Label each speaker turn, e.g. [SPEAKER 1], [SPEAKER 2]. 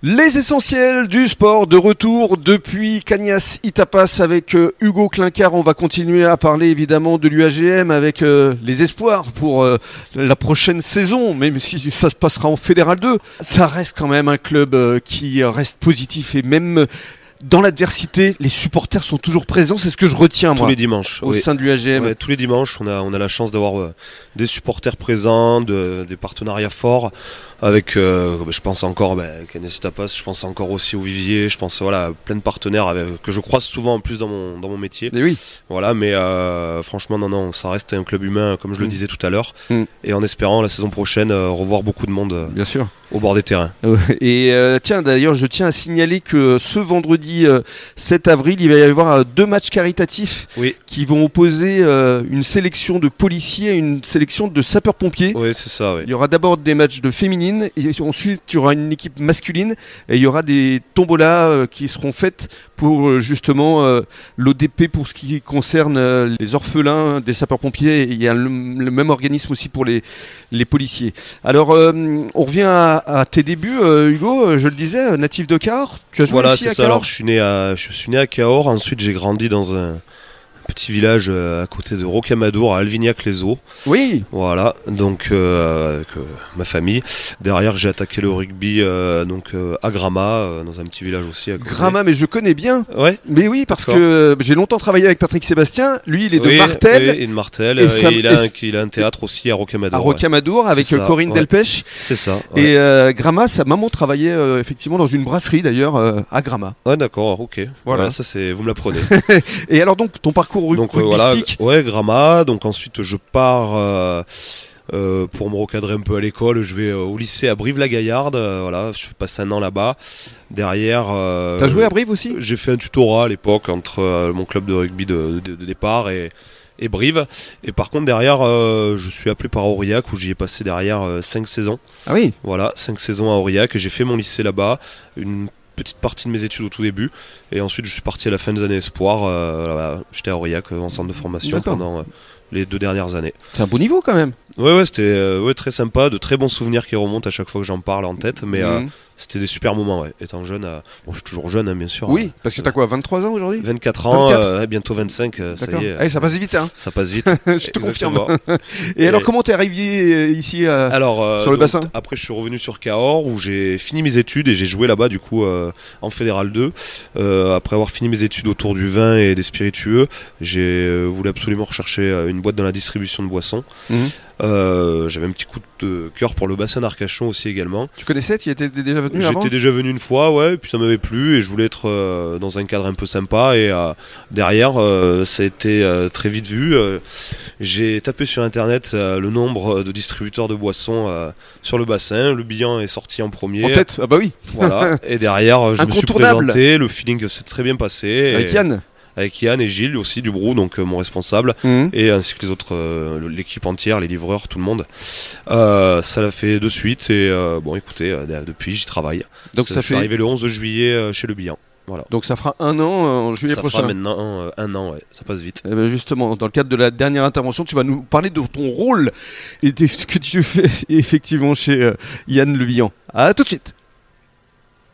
[SPEAKER 1] Les essentiels du sport de retour depuis Cagnas Itapas avec euh, Hugo Clincard. On va continuer à parler évidemment de l'UAGM avec euh, les espoirs pour euh, la prochaine saison, même si ça se passera en Fédéral 2. Ça reste quand même un club euh, qui reste positif et même euh, dans l'adversité, les supporters sont toujours présents. C'est ce que je retiens
[SPEAKER 2] Tous
[SPEAKER 1] moi
[SPEAKER 2] les dimanches.
[SPEAKER 1] au
[SPEAKER 2] oui.
[SPEAKER 1] sein de l'UAGM.
[SPEAKER 2] Ouais, tous les dimanches, on a, on a la chance d'avoir euh, des supporters présents, de- des partenariats forts avec, euh, je pense encore, ben, Canis Tapas, je pense encore aussi au Vivier, je pense voilà, plein de partenaires avec- que je croise souvent en plus dans mon, dans mon métier.
[SPEAKER 1] Et Eh oui.
[SPEAKER 2] Voilà, mais euh, franchement, non, non, ça reste un club humain, comme je le
[SPEAKER 1] Mm.
[SPEAKER 2] disais tout à l'heure,
[SPEAKER 1] Mm.
[SPEAKER 2] et en espérant la saison prochaine euh, revoir beaucoup de monde euh,
[SPEAKER 1] Bien sûr.
[SPEAKER 2] au bord des terrains.
[SPEAKER 1] Et euh, tiens, d'ailleurs, je tiens à signaler que ce vendredi euh, 7 avril, il va y avoir euh, deux matchs caritatifs
[SPEAKER 2] Oui.
[SPEAKER 1] qui vont opposer euh, une sélection de policiers et une sélection de sapeurs-pompiers.
[SPEAKER 2] Oui, c'est ça, oui.
[SPEAKER 1] Il y aura d'abord des matchs de féminines, et ensuite il y aura une équipe masculine, et il y aura des tombolas euh, qui seront faites pour euh, justement l'ODP pour ce qui concerne euh, les orphelins des sapeurs-pompiers, et il y a le, le même organisme aussi pour les, les policiers. Alors euh, on revient à, à tes débuts, euh, Hugo, euh, je le disais, euh, natif de Cahors, tu as joué
[SPEAKER 2] Voilà,
[SPEAKER 1] aussi
[SPEAKER 2] c'est
[SPEAKER 1] à
[SPEAKER 2] ça.
[SPEAKER 1] Cahors
[SPEAKER 2] Alors, je suis né à, je suis né à Cahors. Ensuite, j'ai grandi dans un petit village euh, à côté de Rocamadour, à Alvignac-les-Eaux.
[SPEAKER 1] Oui,
[SPEAKER 2] Voilà, donc euh, avec euh, ma famille. Derrière, j'ai attaqué le rugby euh, donc euh, à Gramma, euh, dans un petit village aussi. À côté.
[SPEAKER 1] Grama, mais je connais bien.
[SPEAKER 2] Ouais.
[SPEAKER 1] Mais oui, parce que
[SPEAKER 2] D'accord.
[SPEAKER 1] euh, j'ai longtemps travaillé avec Patrick Sébastien, lui il est de
[SPEAKER 2] Oui,
[SPEAKER 1] Martel.
[SPEAKER 2] oui, et de Martel.
[SPEAKER 1] et
[SPEAKER 2] euh, Et
[SPEAKER 1] ça-
[SPEAKER 2] il,
[SPEAKER 1] et
[SPEAKER 2] a un,
[SPEAKER 1] c-
[SPEAKER 2] il a un théâtre aussi à Rocamadour.
[SPEAKER 1] À
[SPEAKER 2] ouais.
[SPEAKER 1] Rocamadour avec
[SPEAKER 2] C'est
[SPEAKER 1] euh,
[SPEAKER 2] ça,
[SPEAKER 1] Corinne
[SPEAKER 2] ouais.
[SPEAKER 1] Delpech.
[SPEAKER 2] C'est ça. Ouais,
[SPEAKER 1] Et euh, Gramma, sa maman travaillait euh, effectivement dans une brasserie d'ailleurs euh, à Gramma.
[SPEAKER 2] Ouais, d'accord, ok.
[SPEAKER 1] Voilà.
[SPEAKER 2] Voilà, ça c'est, vous me l'apprenez.
[SPEAKER 1] Et alors donc ton parcours rug-
[SPEAKER 2] donc euh, voilà,
[SPEAKER 1] rugbystique,
[SPEAKER 2] ouais, Gramma. Donc ensuite, je pars euh, euh, pour me recadrer un peu à l'école. Je vais euh, au lycée à Brive-la-Gaillarde. euh, voilà, je passe un an là-bas. Derrière, euh,
[SPEAKER 1] t'as joué à Brive aussi
[SPEAKER 2] j'ai fait un tutorat à l'époque entre euh, mon club de rugby de, de- de départ et, et Brive. Et par contre, derrière, euh, je suis appelé par Aurillac où j'y ai passé derrière 5 saisons.
[SPEAKER 1] Ah oui.
[SPEAKER 2] Voilà, 5 saisons à Aurillac. J'ai fait mon lycée là-bas, une petite partie de mes études au tout début. Et ensuite, je suis parti à la fin des années Espoir. euh, voilà, J'étais à Aurillac euh, en centre de formation
[SPEAKER 1] D'accord.
[SPEAKER 2] pendant euh, les deux dernières années.
[SPEAKER 1] C'est un beau niveau quand même.
[SPEAKER 2] Ouais, ouais, c'était euh, ouais, très sympa, de très bons souvenirs qui remontent à chaque fois que j'en parle en tête. Mais euh,
[SPEAKER 1] Mhm.
[SPEAKER 2] c'était des super moments, ouais. Étant jeune, euh, bon, je suis toujours jeune, hein, bien sûr.
[SPEAKER 1] oui, parce que t'as quoi 23 ans aujourd'hui
[SPEAKER 2] 24 ans,
[SPEAKER 1] 24.
[SPEAKER 2] euh, ouais, bientôt 25, euh, ça
[SPEAKER 1] D'accord.
[SPEAKER 2] y est. euh,
[SPEAKER 1] Eh, ça passe vite, hein.
[SPEAKER 2] Ça passe vite.
[SPEAKER 1] je te confirme.
[SPEAKER 2] Exactement.
[SPEAKER 1] Et, alors
[SPEAKER 2] Et-
[SPEAKER 1] comment t'es arrivé euh, ici à...
[SPEAKER 2] Alors, euh,
[SPEAKER 1] Sur le
[SPEAKER 2] donc,
[SPEAKER 1] bassin.
[SPEAKER 2] Après, je suis revenu sur Cahors où j'ai fini mes études et j'ai joué là-bas, du coup, euh, en Fédéral 2. Euh, après avoir fini mes études autour du vin et des spiritueux, j'ai euh, voulu absolument rechercher euh, une boîte dans la distribution de boissons.
[SPEAKER 1] Mhm.
[SPEAKER 2] Euh, J'avais un petit coup de cœur pour le bassin d'Arcachon aussi également.
[SPEAKER 1] Tu connaissais Tu y étais déjà venu avant
[SPEAKER 2] J'étais déjà venu une fois, ouais, et puis ça m'avait plu et je voulais être euh, dans un cadre un peu sympa et euh, derrière euh, ça a été euh, très vite vu. euh, j'ai tapé sur internet euh, le nombre de distributeurs de boissons euh, sur le bassin, le bilan est sorti en premier.
[SPEAKER 1] En tête Ah bah oui,
[SPEAKER 2] Voilà, et derrière je me suis
[SPEAKER 1] Incontournable.
[SPEAKER 2] présenté, le feeling s'est très bien passé et-
[SPEAKER 1] avec Yann.
[SPEAKER 2] avec Yann et Gilles aussi du Brou, donc euh, mon responsable
[SPEAKER 1] Mhm.
[SPEAKER 2] et ainsi que les autres, euh, l'équipe entière, les livreurs, tout le monde. Euh, ça l'a fait de suite et euh, bon, écoutez, euh, depuis j'y travaille.
[SPEAKER 1] Donc
[SPEAKER 2] C'est-
[SPEAKER 1] ça
[SPEAKER 2] je suis
[SPEAKER 1] fait-
[SPEAKER 2] arrivé le 11 juillet euh, chez le bilan.
[SPEAKER 1] Donc ça fera un an euh, en juillet
[SPEAKER 2] Ça
[SPEAKER 1] prochain.
[SPEAKER 2] fera maintenant euh, un an, ouais, ça passe vite.
[SPEAKER 1] Eh ben, justement, dans le cadre de la dernière intervention, tu vas nous parler de ton rôle et de ce que tu fais effectivement chez euh, Yann Le Bihan. À tout de suite.